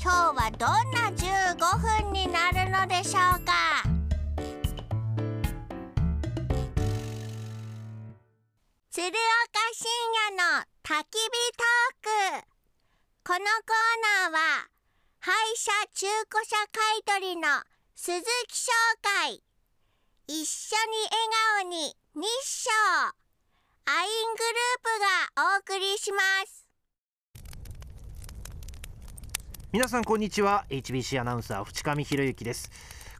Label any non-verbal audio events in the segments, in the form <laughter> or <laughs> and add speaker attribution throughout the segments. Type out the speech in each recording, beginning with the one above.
Speaker 1: 今日はどんな15分になるのでしょうか鶴岡深夜の焚き火トークこのコーナーは廃車中古車買取の鈴木商会一緒に笑顔に日照アイングループがお送りします
Speaker 2: 皆さんこんにちは HBC アナウンサー淵上博之です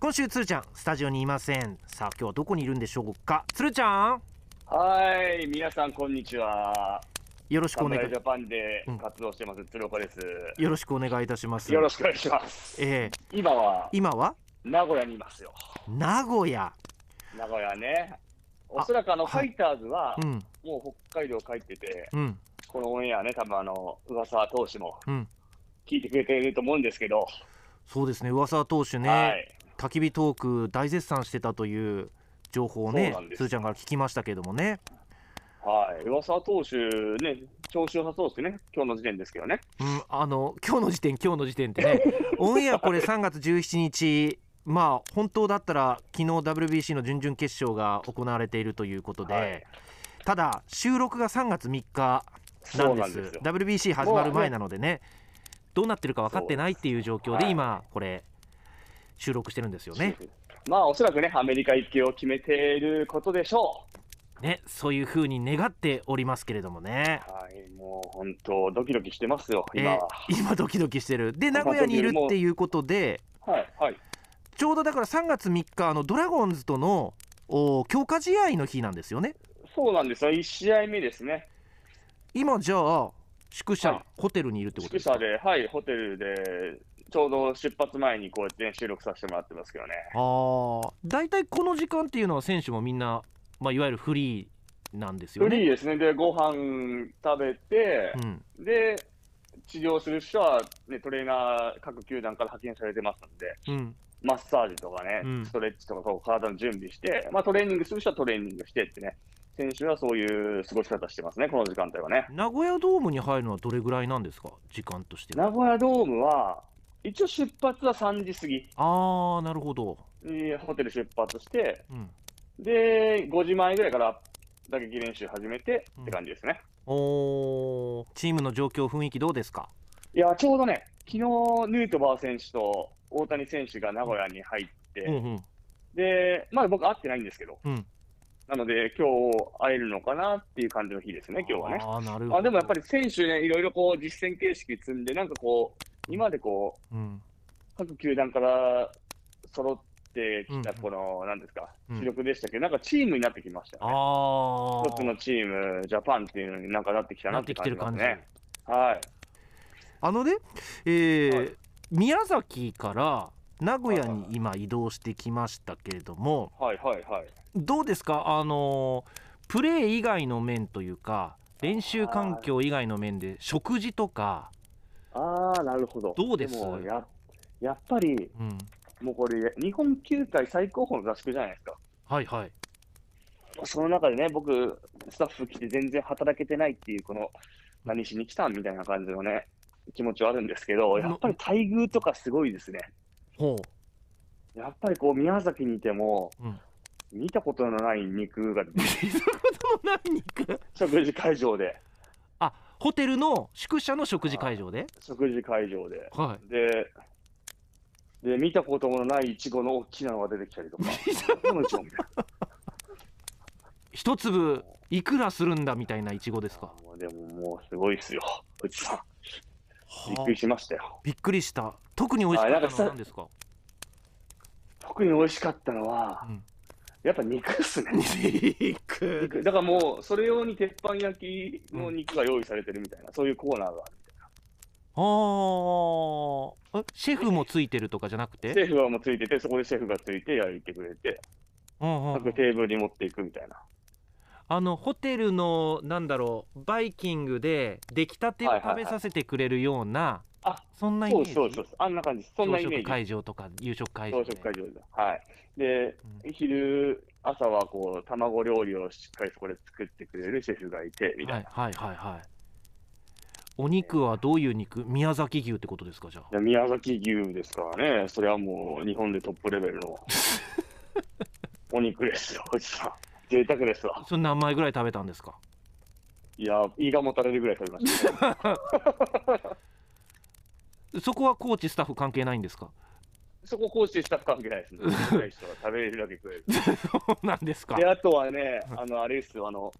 Speaker 2: 今週つるちゃんスタジオにいませんさあ今日はどこにいるんでしょうかつるちゃん
Speaker 3: はい、皆さんこんにちは。
Speaker 2: よろしくお願い
Speaker 3: 侍ジャパンで
Speaker 2: うん
Speaker 3: 活動してます、鶴岡です。
Speaker 2: よろしくお願いいたします
Speaker 3: よろしくお願いします。
Speaker 2: ええ
Speaker 3: 今は
Speaker 2: 今は
Speaker 3: 名古屋にいますよ。
Speaker 2: 名古屋
Speaker 3: 名古屋ね。おそらくあのフ
Speaker 2: は
Speaker 3: ァ
Speaker 2: い
Speaker 3: イターズは
Speaker 2: うん
Speaker 3: もう北海道帰ってて、
Speaker 2: うん
Speaker 3: このオンエアね、多分あの噂投手も
Speaker 2: うん
Speaker 3: 聞いてくれてると思うんですけど、
Speaker 2: そうですね上沢投手ね、
Speaker 3: はい、
Speaker 2: 焚き火トーク大絶賛してたという情報をね
Speaker 3: そうなんです
Speaker 2: つるちゃんから聞きましたけどもね
Speaker 3: はい、噂投手ね、調子良さそうですね、今日の時点ですけどね。
Speaker 2: うん、あの今日の時点今日の時点って
Speaker 3: <laughs>
Speaker 2: ねオンエアこれ3月17日まあ本当だったら昨日 WBC の準々決勝が行われているということで、
Speaker 3: はい
Speaker 2: ただ収録が3月3日な
Speaker 3: そうん
Speaker 2: で
Speaker 3: なん
Speaker 2: す
Speaker 3: ですよ。
Speaker 2: WBC 始まる前なのでねどうなってるか分かってないっていう状況
Speaker 3: そう
Speaker 2: で
Speaker 3: はい
Speaker 2: 今これ収録してるんですよね。
Speaker 3: まあおそらくね、アメリカ行きを決めていることでしょう。
Speaker 2: ねそういう風に願っておりますけれどもね。
Speaker 3: はい、もう本当、ドキドキしてますよ、
Speaker 2: え
Speaker 3: 今
Speaker 2: ー
Speaker 3: は。
Speaker 2: 今ドキドキしてる。で名古屋にいるっていうことで。
Speaker 3: はい、はい。
Speaker 2: ちょうどだから3月3日あのドラゴンズとのお強化試合の日なんですよね
Speaker 3: そうなんですよ、1試合目ですね。
Speaker 2: 今じゃあ宿舎、
Speaker 3: はい
Speaker 2: ホテルにいるってこと
Speaker 3: 宿
Speaker 2: ですか
Speaker 3: 舎で、はい、ホテルで、ちょうど出発前にこうやってね収録させてもらってますけどね。
Speaker 2: あー大体この時間っていうのは選手もみんな、まあ、いわゆるフリーなんですよ
Speaker 3: フ
Speaker 2: ね
Speaker 3: リーですね、で、ご飯食べて、
Speaker 2: うん、
Speaker 3: で、治療する人は、ね、トレーナー、各球団から派遣されてますので、
Speaker 2: うん、
Speaker 3: マッサージとかね、
Speaker 2: うん
Speaker 3: ストレッチとか、こう体の準備して、まあ、トレーニングする人はトレーニングしてってね、選手はそういう過ごし方してますね、この時間帯はね。
Speaker 2: 名古屋ドームに入るのはどれぐらいなんですか時間としては
Speaker 3: 名古屋ドームは、一応出発は3時過ぎ
Speaker 2: あーなるほど、
Speaker 3: にホテル出発して、
Speaker 2: うん、
Speaker 3: で、5時前ぐらいから打撃練習始めて
Speaker 2: うん
Speaker 3: って感じですね。
Speaker 2: おーチームの状況雰囲気どうですか
Speaker 3: いや、ちょうどね、昨日ヌートバー選手と大谷選手が名古屋に入って、
Speaker 2: うんうん
Speaker 3: で、まだ僕会ってないんですけど、
Speaker 2: うん
Speaker 3: なので、今日会えるのかなっていう感じの日ですね、今日はね。
Speaker 2: あーなるほど
Speaker 3: あでもやっぱり選手ね、いろいろこう実践形式積んで、なんかこう、今までこう、
Speaker 2: うん
Speaker 3: 各球団から揃ってきた、
Speaker 2: うん
Speaker 3: この、なんですか
Speaker 2: う、ん
Speaker 3: 主力でしたけど、なんかチームになってきましたよね。
Speaker 2: あ
Speaker 3: 一つ
Speaker 2: ー
Speaker 3: のチーム、ジャパンっていうのになんかなってきた
Speaker 2: な
Speaker 3: な
Speaker 2: っ
Speaker 3: ってて
Speaker 2: きて
Speaker 3: 感
Speaker 2: る
Speaker 3: じます
Speaker 2: 感じ、
Speaker 3: ね。はい。
Speaker 2: あのね、えー
Speaker 3: はい
Speaker 2: 宮崎から名古屋に今移動してきましたけれども、
Speaker 3: はいはいはい。
Speaker 2: どうですか、あのープレー以外の面というか、練習環境以外の面で食事とか、
Speaker 3: あー、なるほど。
Speaker 2: どうです
Speaker 3: もややっぱり、
Speaker 2: うん、
Speaker 3: もうこれ、日本球界最高峰の合宿じゃないですか。
Speaker 2: はいはい、
Speaker 3: その中でね、僕、スタッフ来て全然働けてないっていう、この、何しに来たんみたいな感じのね、気持ちはあるんですけど、やっぱり待遇とかすごいですね。
Speaker 2: ほ
Speaker 3: やっぱりこう宮崎にいても、
Speaker 2: うん
Speaker 3: 見たことのない肉が
Speaker 2: う、見たこともない肉、
Speaker 3: 食事会場で
Speaker 2: あホテルの宿舎の食事会場で、
Speaker 3: 食事会場で
Speaker 2: はい、
Speaker 3: でで見たこともないイチゴの大きなのが出てきたりとかこのイチゴみたい
Speaker 2: 一粒いくらするんだみたいなイチゴですか
Speaker 3: な。もうでももうすごいっすようちさんびっ
Speaker 2: は
Speaker 3: く
Speaker 2: あ
Speaker 3: りしましたよ
Speaker 2: びっくりした、特に美味しかったのは何ですか。
Speaker 3: 特に美味しかったのは、
Speaker 2: うん
Speaker 3: やっぱ肉っすね
Speaker 2: <laughs> 肉
Speaker 3: 肉だからもうそれ用に鉄板焼きの肉が用意されてるみたいな、そういうコーナーがある
Speaker 2: はああシェフもついてるとかじゃなく
Speaker 3: シ
Speaker 2: て
Speaker 3: ェフはもうついてて、そこでシェフがついて焼いてくれて、
Speaker 2: うんうん
Speaker 3: 各テーブルに持っていくみたいな。
Speaker 2: あのホテルのなんだろうバイキングで出来たてを
Speaker 3: はいはい
Speaker 2: 食
Speaker 3: はい
Speaker 2: べさせてくれるような
Speaker 3: あ
Speaker 2: そんなイメ
Speaker 3: そ
Speaker 2: ー
Speaker 3: う
Speaker 2: ジ
Speaker 3: そうそう。あんな感じです。そんなイ
Speaker 2: 朝
Speaker 3: メー
Speaker 2: 食
Speaker 3: ジ。
Speaker 2: 会場とか夕食会場
Speaker 3: 朝
Speaker 2: で
Speaker 3: 食会場です。はい。で、昼、朝はこう、卵料理をしっかりそこで作ってくれるシェフがいて、みたいな。
Speaker 2: はいはいはいはいお肉はどういう肉宮崎牛ってことですかじゃあ
Speaker 3: で宮崎牛ですからね、それはもう日本でトップレベル
Speaker 2: <laughs>
Speaker 3: のお肉ですよ、おじさん。贅沢ですわ。
Speaker 2: それ何枚ぐらい食べたんですか
Speaker 3: いや、胃がもたれるぐらい食べました、ね。
Speaker 2: そこはコーチスタッフ関係ないんですか <laughs>
Speaker 3: そこ、コーチスタッフ関係ないですね。食べない人は食べれるだけ食える。
Speaker 2: そうなんですか
Speaker 3: で、あとはね、あの、あれですよ、あの、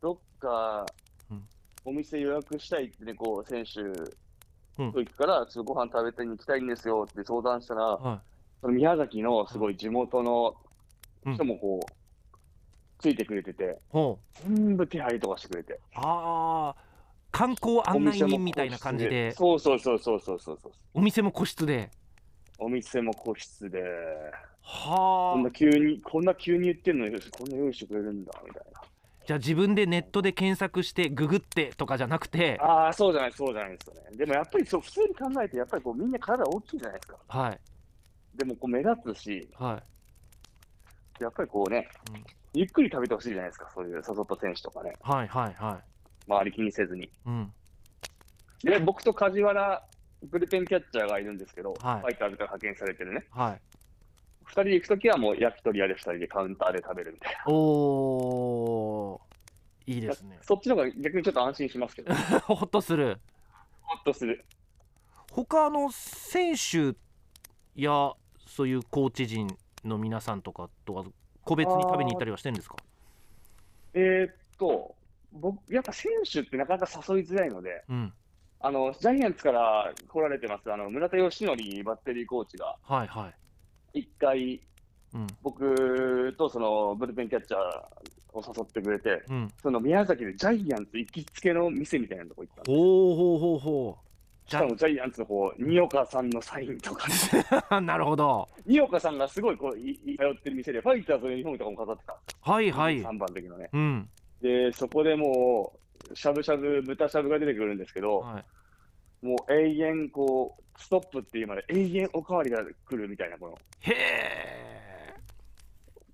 Speaker 3: どっか
Speaker 2: うん、
Speaker 3: お店予約したいってね、こう、選手
Speaker 2: うん
Speaker 3: と行くから、ちょっとご飯食べてに行きたいんですよって相談したら、
Speaker 2: は
Speaker 3: その宮崎のすごい地元の人もこう、ついてくれてて、
Speaker 2: いほう
Speaker 3: 全部手配とかしてくれて。
Speaker 2: あー観光案内人みたいな感じで
Speaker 3: そうそうそうそうそうそうそう。
Speaker 2: お店も個室で
Speaker 3: お店も個室で、こん
Speaker 2: は
Speaker 3: な
Speaker 2: あ
Speaker 3: 急に、こんな急に言ってんのに、こんな用意してくれるんだ、みたい
Speaker 2: じゃあ自分でネットで検索してググってとかじゃなくて
Speaker 3: な。ああ、そうじゃない、そうじゃないですよね。でもやっぱりそう、普通に考えて、やっぱりこうみんな体大きいじゃないですか。
Speaker 2: はい
Speaker 3: でもこう目立つし、
Speaker 2: はい
Speaker 3: やっぱりこうね、
Speaker 2: うん
Speaker 3: ゆっくり食べてほしいじゃないですか、そういう誘った選手とかね、
Speaker 2: はいはいは
Speaker 3: 周り気にせずに。
Speaker 2: いうん
Speaker 3: で、僕と梶原、ブルペンキャッチャーがいるんですけど、
Speaker 2: はい
Speaker 3: ファイターズから派遣されてるね、
Speaker 2: はい
Speaker 3: 2人で行くときはもう焼き鳥屋で2人でカウンターで食べるみたいな、
Speaker 2: おーいいですね
Speaker 3: そっちの方が逆にちょっと安心しますけど、ほっ
Speaker 2: <laughs> ほっとする
Speaker 3: とする。
Speaker 2: 他の選手やそういうコーチ陣の皆さんとかとは個別に食べに行ったりはしてるんですか
Speaker 3: えーっと、僕、やっぱ選手ってなかなか誘いづらいので、
Speaker 2: うん
Speaker 3: あの、ジャイアンツから来られてます、あの、村田義則バッテリーコーチが、
Speaker 2: はいはい
Speaker 3: 一回、
Speaker 2: うん
Speaker 3: 僕とその、ブルペンキャッチャーを誘ってくれて、
Speaker 2: うん
Speaker 3: その宮崎でジャイアンツ行きつけの店みたいなとこ行ったんです。
Speaker 2: ほうほうほうほ
Speaker 3: しかもジャイアンツのこう、新岡さんのサイン
Speaker 2: <laughs>
Speaker 3: とか、
Speaker 2: うなるほど
Speaker 3: 新岡さんがすごいこう、いい通ってる店で、ファイターズのユニフォームとかも飾ってたんです
Speaker 2: はい
Speaker 3: よ。
Speaker 2: はい
Speaker 3: 3番の時のね。
Speaker 2: うん
Speaker 3: で、そこでもう、しゃぶしゃぶ、豚しゃぶが出てくるんですけど、
Speaker 2: はい
Speaker 3: もう永遠こう、ストップっていうまで永遠おかわりが来るみたいな、この、
Speaker 2: へえ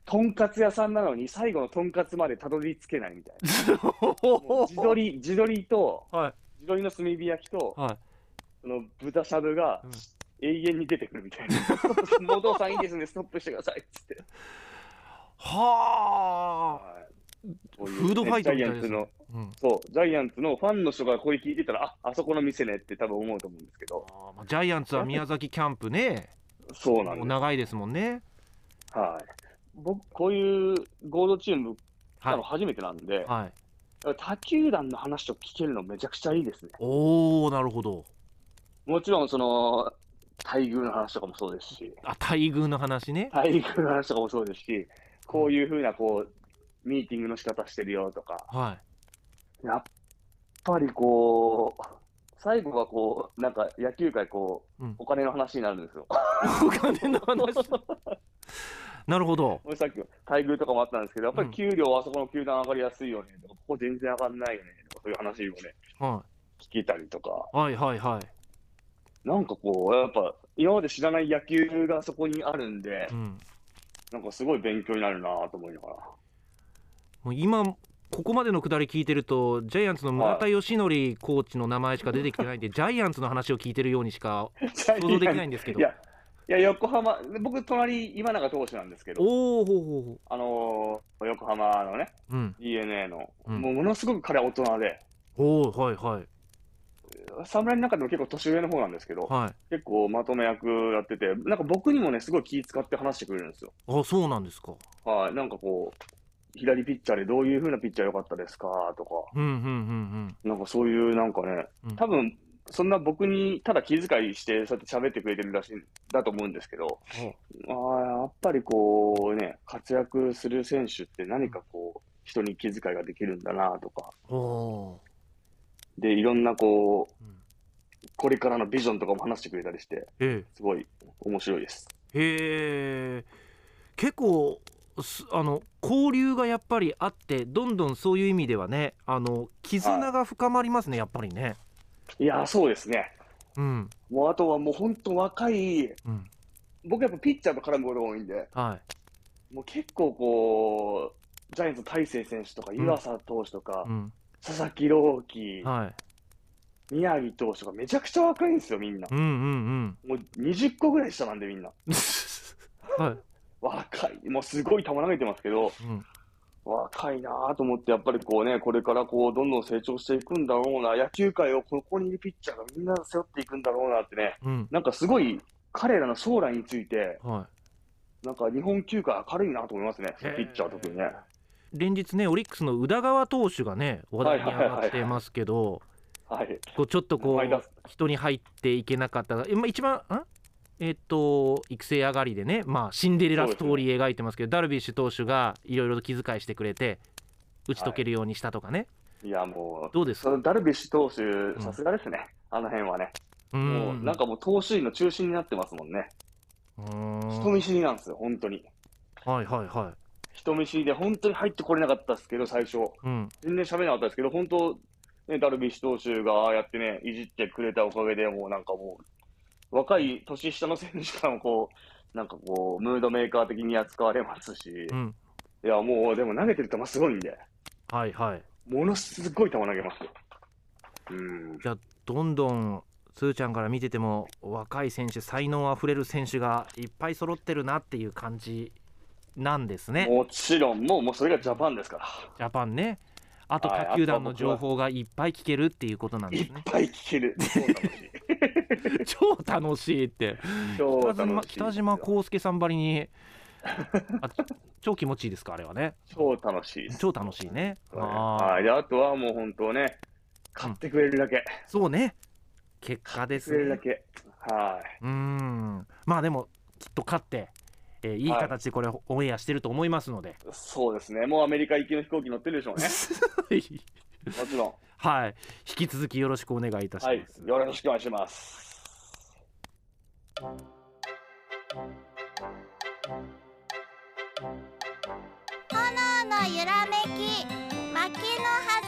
Speaker 3: とんかつ屋さんなのに最後のとんかつまでたどり着けないみたい
Speaker 2: <laughs>
Speaker 3: な。もう自撮り、自撮りと、
Speaker 2: はい
Speaker 3: 自撮りの炭火焼きと、
Speaker 2: はい
Speaker 3: その豚しゃぶが
Speaker 2: うん
Speaker 3: 永遠に出てくるみたいな。ストップ
Speaker 2: <laughs>
Speaker 3: もうお父さんいいですね、ストップしてくださいっつって。
Speaker 2: はあ
Speaker 3: こういう
Speaker 2: フードファイトみ
Speaker 3: ジ
Speaker 2: た
Speaker 3: ャ
Speaker 2: い
Speaker 3: イア
Speaker 2: で
Speaker 3: ン
Speaker 2: す
Speaker 3: ツ
Speaker 2: ね
Speaker 3: の、
Speaker 2: うん
Speaker 3: そう、ジャイアンツのファンの人がこれ聞いてたら、あ、あそこの店ねって多分思うと思うんですけど、
Speaker 2: あーまあジャイアンツは宮崎キャンプね
Speaker 3: そうなん
Speaker 2: も
Speaker 3: で
Speaker 2: う
Speaker 3: す。
Speaker 2: 長いですもんね
Speaker 3: はい。僕、こういう合同チーム、
Speaker 2: は
Speaker 3: 多分
Speaker 2: い
Speaker 3: 初めてなんで、
Speaker 2: はい
Speaker 3: 他球団の話を聞けるのめちゃくちゃいいですね。
Speaker 2: おおなるほど
Speaker 3: もちろん、その、待遇の話とかもそうですし、
Speaker 2: あ待遇の話ね
Speaker 3: 待遇の話とかもそうですし、こういうふうな、こう、ミーティングの仕方してるよとか、
Speaker 2: はい
Speaker 3: やっぱりこう、最後はこう、なんか野球界こう、
Speaker 2: うん
Speaker 3: お金の話になるんですよ。
Speaker 2: お金の話 <laughs> なるほど
Speaker 3: さっきの待遇とかもあったんですけど、やっぱり給料はあそこの球団上がりやすいよね、とかここ全然上がんないよね、とかそういう話をね、
Speaker 2: は
Speaker 3: 聞けたりとか、
Speaker 2: いはいはいはい
Speaker 3: なんかこう、やっぱ、今まで知らない野球がそこにあるんで
Speaker 2: う、ん
Speaker 3: なんかすごい勉強になるなと思いながら。
Speaker 2: もう今ここまでのくだり聞いてるとジャイアンツの村田義則コーチの名前しか出てきてない
Speaker 3: <laughs>
Speaker 2: んで、ジャイアンツの話を聞いてるようにしか想像できないんですけど
Speaker 3: いや、いや横浜、僕、隣、今永投手なんですけど、
Speaker 2: おおほうほうほ
Speaker 3: あのー横浜のね、
Speaker 2: ううん
Speaker 3: d n a の、
Speaker 2: うん
Speaker 3: もうものすごく彼は大人で、
Speaker 2: おおはいはい
Speaker 3: 侍の中でも結構年上の方なんですけど、
Speaker 2: はい
Speaker 3: 結構まとめ役やってて、なんか僕にもね、すごい気使って話してくれるんですよ。
Speaker 2: あそうなんですか
Speaker 3: はい、なんかこう、左ピッチャーでどういう風なピッチャー良かったですかとか、
Speaker 2: うんうんうん
Speaker 3: なんかそういうなんかね
Speaker 2: うん、
Speaker 3: 多分そんな僕にただ気遣いして、そうやって喋ってくれてるらしいんだと思うんですけど、
Speaker 2: うん
Speaker 3: あーやっぱりこうね、活躍する選手って何かこう、人に気遣いができるんだなとか、
Speaker 2: おお
Speaker 3: で、いろんなこ
Speaker 2: うん
Speaker 3: う、これからのビジョンとかも話してくれたりして、
Speaker 2: え
Speaker 3: すごい面白いです。
Speaker 2: えへえ結構すあの交流がやっぱりあってどんどんそういう意味ではねあの絆が深まりますね、やっぱりね
Speaker 3: いやー、そうですね。
Speaker 2: うん
Speaker 3: もうあとはもう本当若い、
Speaker 2: うん
Speaker 3: 僕やっぱピッチャーと絡むことが多いんで、
Speaker 2: は
Speaker 3: もう結構こう、ジャイアンツの大勢選手とか、
Speaker 2: ん
Speaker 3: 湯浅投手とか、
Speaker 2: い、うん、
Speaker 3: 佐々木朗希、
Speaker 2: はい
Speaker 3: 宮城投手とか、めちゃくちゃ若いんですよ、みんな。
Speaker 2: うんうん
Speaker 3: もう20個ぐらい下なんで、みんな。
Speaker 2: うん <laughs> はい
Speaker 3: 若い、もうすごい球投げてますけど、
Speaker 2: うん
Speaker 3: 若いなぁと思って、やっぱりこうね、これからこう、どんどん成長していくんだろうな、野球界をここにいるピッチャーがみんな背負っていくんだろうなってね、
Speaker 2: うん
Speaker 3: なんかすごい、彼らの将来について、
Speaker 2: はい
Speaker 3: なんか日本球界明るいなと思いますね、ピッチャー特にね。
Speaker 2: 連日ねオリックスの宇田川投手がね話題に上がってますけど
Speaker 3: はい。
Speaker 2: こうちょっとこ
Speaker 3: マイナス
Speaker 2: う人に入っていけなかったが、えまあ、一番んえっと育成上がりでね、まあ、シンデレラストーリー描いてますけどダルビッシュ投手がいろいろと気遣いしてくれて打ち解けるようにしたとかね、
Speaker 3: いや、も
Speaker 2: どうで
Speaker 3: う、
Speaker 2: す
Speaker 3: そ
Speaker 2: か
Speaker 3: のダルビッシュ
Speaker 2: う
Speaker 3: 投
Speaker 2: ん
Speaker 3: 手、さすがですね、あの辺はね。
Speaker 2: う
Speaker 3: もう、
Speaker 2: ん
Speaker 3: なんかもう、投手陣の中心になってますもんね。
Speaker 2: うー
Speaker 3: 人
Speaker 2: ん
Speaker 3: 見知りなんですよ、本当に。
Speaker 2: はいはいは
Speaker 3: 人見知りで、本当に入ってこれなかったですけど、最初。
Speaker 2: い、うん、
Speaker 3: 全然喋れなかったですけど、本当、ね、ダルビッシュ投手がああやってね、いじってくれたおかげで、もうなんかもう、若い年下の選手からもこう、なんかこう、ムードメーカー的に扱われますし、
Speaker 2: うん、
Speaker 3: いや、もう、でも投げてる球すごいんで、
Speaker 2: はいはい
Speaker 3: ものすごい球投げますよ。うん。
Speaker 2: じゃあどんどんすーちゃんから見てても若い選手才能あふれる選手がいっぱい揃ってるなっていう感じなんですね
Speaker 3: もちろん、もう、もうそれがジャパンですから。
Speaker 2: ジャパンねあと
Speaker 3: はい
Speaker 2: 他球団の情報がいっぱい聞けるっていうことなんで
Speaker 3: い
Speaker 2: す
Speaker 3: っ
Speaker 2: ね
Speaker 3: ぱい聞ける。超楽しい。
Speaker 2: 超楽しいって
Speaker 3: 超
Speaker 2: 北
Speaker 3: 楽しい
Speaker 2: 島
Speaker 3: ですよ
Speaker 2: <laughs> 北島康介さんばりにあ超気持ちいいですかあれはね
Speaker 3: 超楽しいです。
Speaker 2: 超楽しいねあ
Speaker 3: はい。で、あとはもう本当ね、買ってくれるだけ。
Speaker 2: ーそうね結果です
Speaker 3: くれるだ
Speaker 2: ね
Speaker 3: け。はい。
Speaker 2: うーんまあでもきっと勝って、えーいい
Speaker 3: はい
Speaker 2: 形でこれオンエアしてると思います
Speaker 3: <laughs>
Speaker 2: ので、
Speaker 3: そうですね、もうアメリカ行きの飛行機乗ってるでしょうね、もちろん。
Speaker 2: <laughs> はい引き続きよろしくお願いいたしま
Speaker 3: はい
Speaker 2: す、、
Speaker 3: よろしくお願いします。
Speaker 1: 炎の揺らめき薪の外